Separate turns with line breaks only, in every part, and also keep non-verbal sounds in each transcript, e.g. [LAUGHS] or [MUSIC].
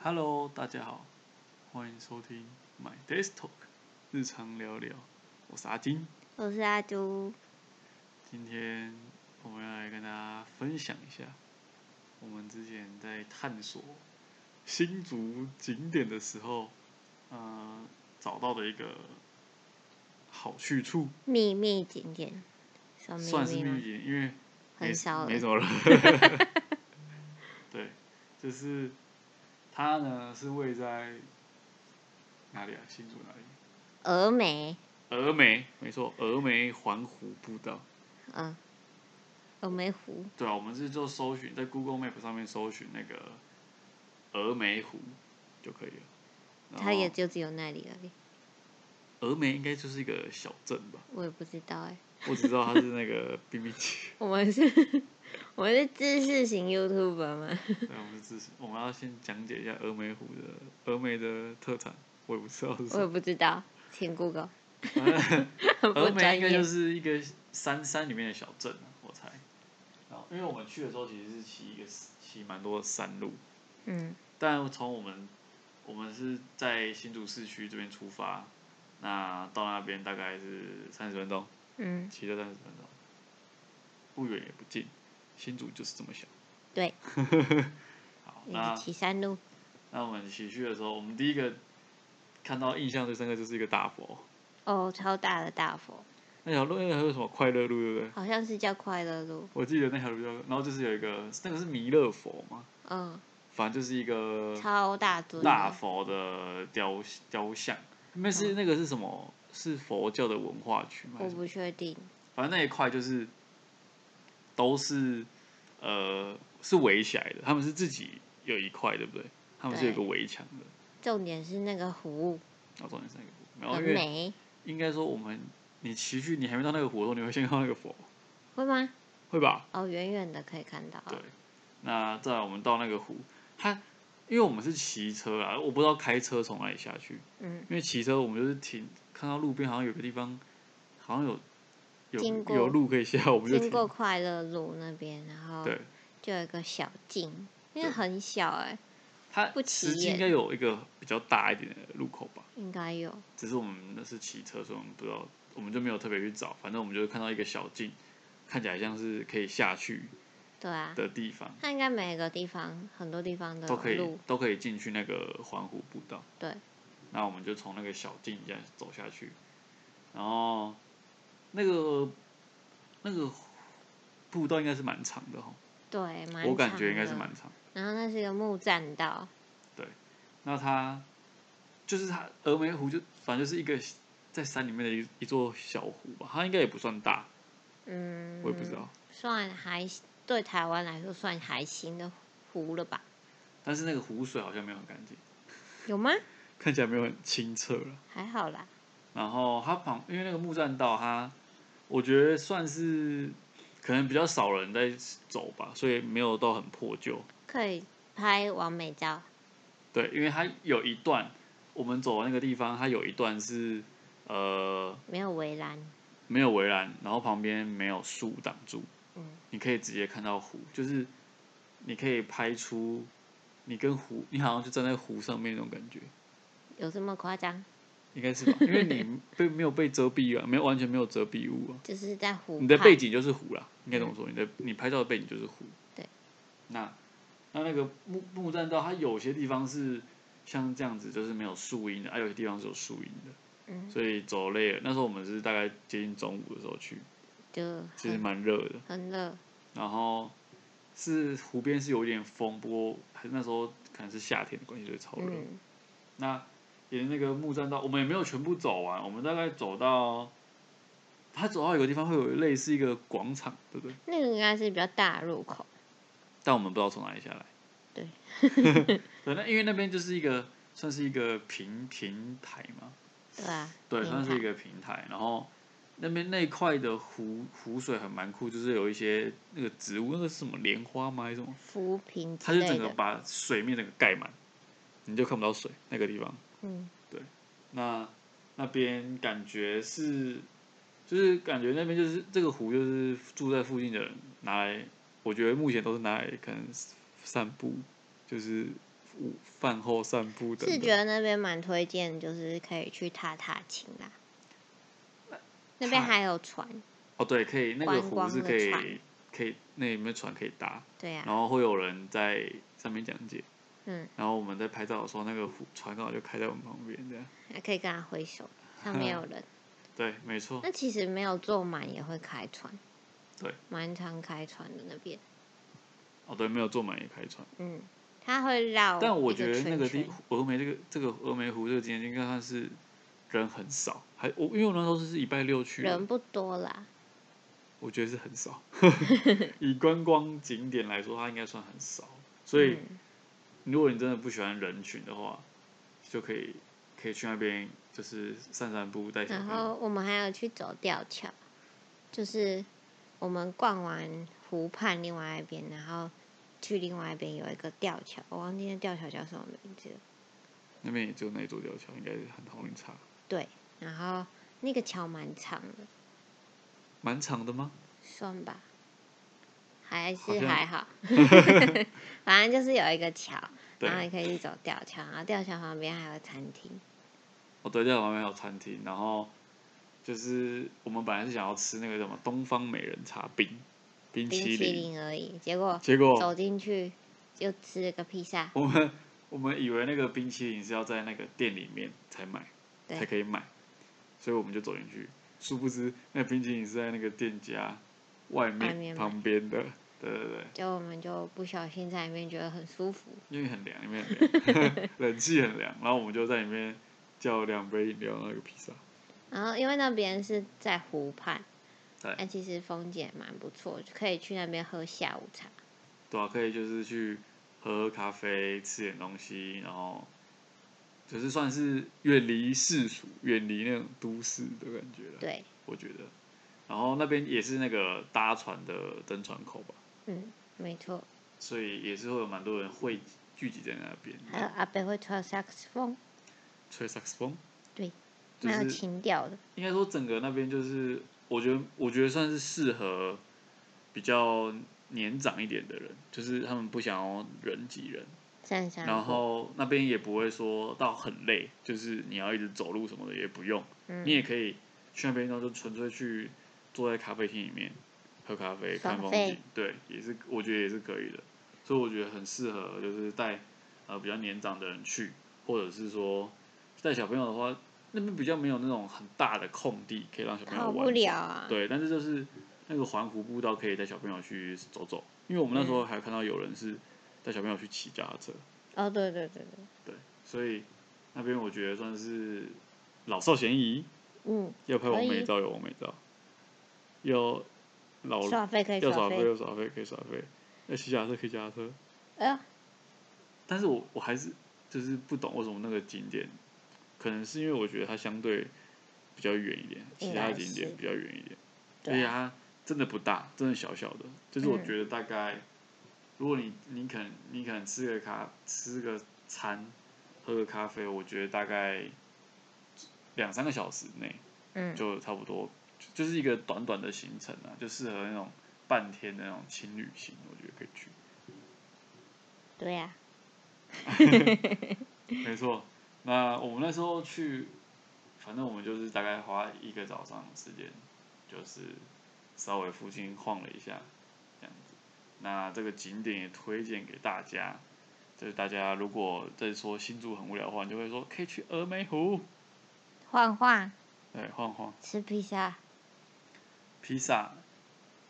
Hello，大家好，欢迎收听 My Desk Talk 日常聊聊，我是阿金。
我是阿朱，
今天我们要来跟大家分享一下，我们之前在探索新竹景点的时候，呃，找到的一个好去处，
秘密景点，算秘
算是
密
秘密
吗？
景点，因为没
很少欸了
没什么人。
[LAUGHS]
对，就是它呢是位在哪里啊？新竹哪里？
峨眉，
峨眉，没错，峨眉环湖步道。
嗯，峨眉湖，
对啊，我们是就搜寻在 Google Map 上面搜寻那个峨眉湖就可以了。然
它也
后
就只有那里而已，
峨眉应该就是一个小镇吧，
我也不知道哎、
我只知道它是那个冰冰区。
我们是， [LAUGHS] 我们是知识型 YouTuber 吗？
[LAUGHS] 对，我们是支持。我们要先讲解一下峨眉湖的峨眉的特产，我也不知道是什
我也
么。
不知道，请
[LAUGHS]
Google，很不
峨眉
专
应该就
业。
是一个山山里面的小镇啊、我猜。然后，因为我们去的时候其实是骑一个骑蛮多的山路，
嗯，
但从我们我们是在新竹市区这边出发，那到那边大概是三十分钟，
嗯，
骑车三十分钟，不远也不近，新竹就是这么小。
对，
啊好，
也
那
是骑山路，
那我们骑去的时候，我们第一个看到印象最深刻就是一个大佛，
哦，超大的大佛，
那条路那条路叫什么快乐路，对不对？
好像是叫快乐路，
我记得那条路叫，然后就是有一个那个是弥勒佛嘛，
嗯，
反正就是一个
超大尊的，
呃大佛的雕雕像，那是那个是什么？是佛教的文化区吗？还
嗯我
是什么
不确定，
反正那一块就是都是呃是围起来的，他们是自己有一块，对不对？他们是有个
对
围墙的。
重点是那个湖
然后重点是那个湖，然后
很
因为
美，
应该说我们你骑去你还没到那个湖的时候，你会先看到那个佛，
会吗？
会吧？
哦，远远的可以看到，
对。那再来我们到那个湖，它因为我们是骑车啊，我不知道开车从哪里下去，
嗯，
因为骑车我们就是停，看到路边好像有个地方，好像有有
经过
有路可以下，我们就
经
停。
过快乐路那边，然后
对，
就有一个小径，因为
对
很小哎、
它
不起
实际应
眼
该有一个比较大一点的路口吧，
应该有，
只是我们那是骑车，所以我们不知道，我们就没有特别去找，反正我们就看到一个小径，看起来像是可以下去
对啊，
的地方，
它应该每个地方很多地方的
都可以
路，
都可以进去那个环湖步道。
对，
那我们就从那个小径这样走下去，然后那个那个步道应该是蛮长的哈，
对，蛮
我感觉
长
应该是
的
蛮长。
然后那是一个木栈道，
那它就是它峨眉湖就反正就是一个在山里面的一一座小湖吧，它应该也不算大，
嗯，
我也不知道，，
算还对台湾来说算还行的湖了吧？
但是那个湖水好像没有很干净，
有吗？
看起来没有很清澈了。
还好啦，
然后它旁因为那个木栈道它，我觉得算是可能比较少人在走吧，所以没有到很破旧。
可以拍完美照，
对，因为它有一段我们走的那个地方，它有一段是呃
没有围栏，
没有围栏，然后旁边没有树挡住，
嗯，
你可以直接看到湖，就是你可以拍出你跟湖，你好像就站在湖上面那种感觉，
有这么夸张？
应该是吧？因为你 [LAUGHS] 被没有被遮蔽啊，没有完全没有遮蔽物啊，
就是在湖
你的
畔嗯
背景就是湖啦，应该怎么说？你的你拍照的背景就是湖。
对。
那那那个木木栈道，它有些地方是像这样子，就是没有树荫的，啊还、有些地方是有树荫的，
嗯，
所以走累了。那时候我们是大概接近中午的时候去，
就
其实
很
蛮热的。
很热，
然后是湖边是有一点风，不过还那时候可能是夏天的关系，所以超哦热。
嗯，
那沿那个木栈道，我们也没有全部走完，我们大概走到，它走到有个地方会有类似一个广场，对不对？
那个应该是比较大的入口，
但我们不知道从哪里下来。
对，
[LAUGHS] 对，那因为那边就是一个算是一个平平台嘛，
对啊，
对，
平
算是一
台
个平台。然后那边那一块的湖湖水很蛮酷，就是有一些那个植物，那个是什么莲花吗？还是什么？
浮萍
它
之
就整
类
个
的，
把水面整个盖满，你就看不到水那个地方。
嗯，
那那边感觉是，就是感觉那边就是这个湖，就是住在附近的人拿来，我觉得目前都是拿来可能散步，就是午饭后散步等
是
等。
觉得那边蛮推荐，就是可以去踏踏青啦。那边
呃踏
还有船，
哦，对，可以，那
观
个湖
光
是
的
可
船
以，可以，那里面船可以搭，
对呀、
然后会有人在上面讲解，
嗯，
然后我们在拍照的时候，那个湖船刚好就开在我们旁边，这样。
还可以跟他挥手，上面有人。
哦对，没错
那，其实没有坐满也会开船，
哦对，
蛮常开船的那边，
哦，对，没有坐满也开船，
嗯，他会绕一圈圈，
但我觉得那个地峨眉这个这个峨眉湖这个景点应该算是人很少，还我因为我那时候是礼拜六去的，
人不多啦，
我觉得是很
[LAUGHS]
少，以观光景点来说，它应该算很少，所以。
嗯
如果你真的不喜欢人群的话，就可以可以去那边就是散散步，带小
然
朋友。
后我们还有去走吊桥，就是我们逛完湖畔另外一边，然后去另外一边有一个吊桥，我忘记那吊桥叫什么名字了。
那边也就那一座吊桥，应该是很好运差，
对，然后那个桥蛮长的，
蛮长的吗？
算吧，还
好
是
像
还
[LAUGHS]
好，反正就是有一个桥，
对
然，后你可以去走吊桥，然后吊桥旁边还有餐厅，
哦对，吊桥旁边还有餐厅，然后就是我们本来是想要吃那个什么东方美人茶冰冰
冰
淇
淇
淋，
淋而已。结果
结
走
果
进去就吃了个披萨，
我们我们以为那个冰淇淋是要在那个店里面才买
对
才可以买，所以我们就走进去，殊不知那冰淇淋是在那个店家外
外
面
面买
旁边的，对对对。
就我们就不小心在里面觉得很舒服。
因为很凉，里面很
[LAUGHS]
凉， [LAUGHS] 冷气很凉，然后我们就在里面叫两杯饮料，那个披萨。
然后因为那边是在湖畔，
对
那其实风景也蛮不错，就可以去那边喝下午茶。
对啊，可以就是去喝喝咖啡，吃点东西，然后就是算是远离世俗，远离那种都市的感觉了。
对，
我觉得。然后那边也是那个搭船的登船口吧，
嗯，没错。
所以也是会有蛮多人会聚集在那边，
还有阿北会吹萨克斯风，
吹萨克斯风。
对，
就
蛮有
是
情调的。
应该说整个那边就是，我觉得我觉得算是适合比较年长一点的人，就是他们不想要人挤人，
散散
然
步
后那边也不会说到很累，就是你要一直走路什么的也不用，
嗯
你也可以去那边，然后就纯粹去坐在咖啡厅里面喝咖啡、看风
爽费
景，对，也是我觉得也是可以的，所以我觉得很适合就是带呃比较年长的人去，或者是说带小朋友的话，那边比较没有那种很大的空地可以让小朋友
跑
玩，
不了啊。
对，但是就是那个环湖步道可以带小朋友去走走，因为我们那时
嗯
候还看到有人是带小朋友去骑脚踏车，
哦，对对对对，
对，所以那边我觉得算是老少咸宜。
嗯，
要拍
可
完
以
美照有完美照，要老
耍费可以
要耍
耍
飞哦
费。
就耍飞，可以耍飞；要骑脚踏车可以骑脚踏车。
哎呦，
但是我我还是就是不懂为什么那个景点，可能是因为我觉得它相对比较远一点，其
应
他
该
景点
是
比较远一点，而
对
且
啊，
它真的不大，真的小小的。就是我
嗯
觉得大概，如果你你可能你可能吃个咖吃个餐，喝个咖啡，我觉得大概两三个小时内。
嗯，
就差不多，就就是一个短短的行程啊，就适合那种半天的那种轻旅行，我觉得可以去。
对呀，
没错，那我们那时候去，反正我们就是大概花一个早上的时间，就是稍微附近晃了一下，这样子。那这个景点也推荐给大家，就是大家如果在说新竹很无聊的话，你就会说可以去峨眉湖，
画画、
对，晃晃。
吃披萨，
披萨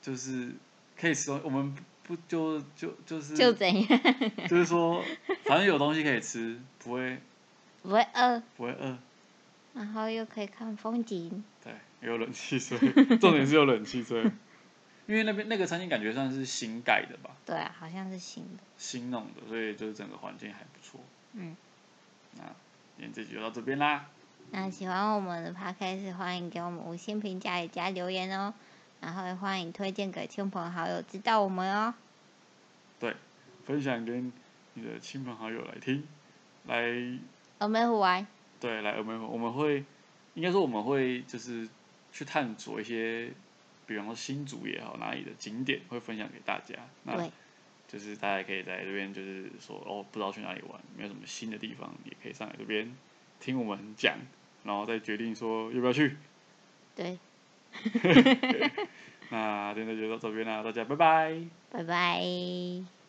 就是可以说我们不就就就是
就怎样？ [LAUGHS]
就是说，反正有东西可以吃，不会
不会饿，
不会饿。
然后又可以看风景。
对，有冷气吹，重点是有冷气吹。因为那边那个餐厅感觉算是新盖的吧，
对啊，好像是新的。
新弄的，所以就是整个环境还不错。
嗯，
那今天这集就到这边啦，
那喜欢我们的 podcast，欢迎给我们五星评价以加留言哦。然后也欢迎推荐给亲朋好友知道我们哦。
分享给你的亲朋好友来听，来
峨眉湖玩，
对，来峨眉湖，我们会应该说我们会就是去探索一些，比方说新竹也好，哪里的景点会分享给大家。那
对，
就是大家也可以来这边，就是说哦，不知道去哪里玩，没有什么新的地方，也可以上来这边听我们讲，然后再决定说要不要去。
对，
那今天就到这边啦，大家拜拜。
拜拜。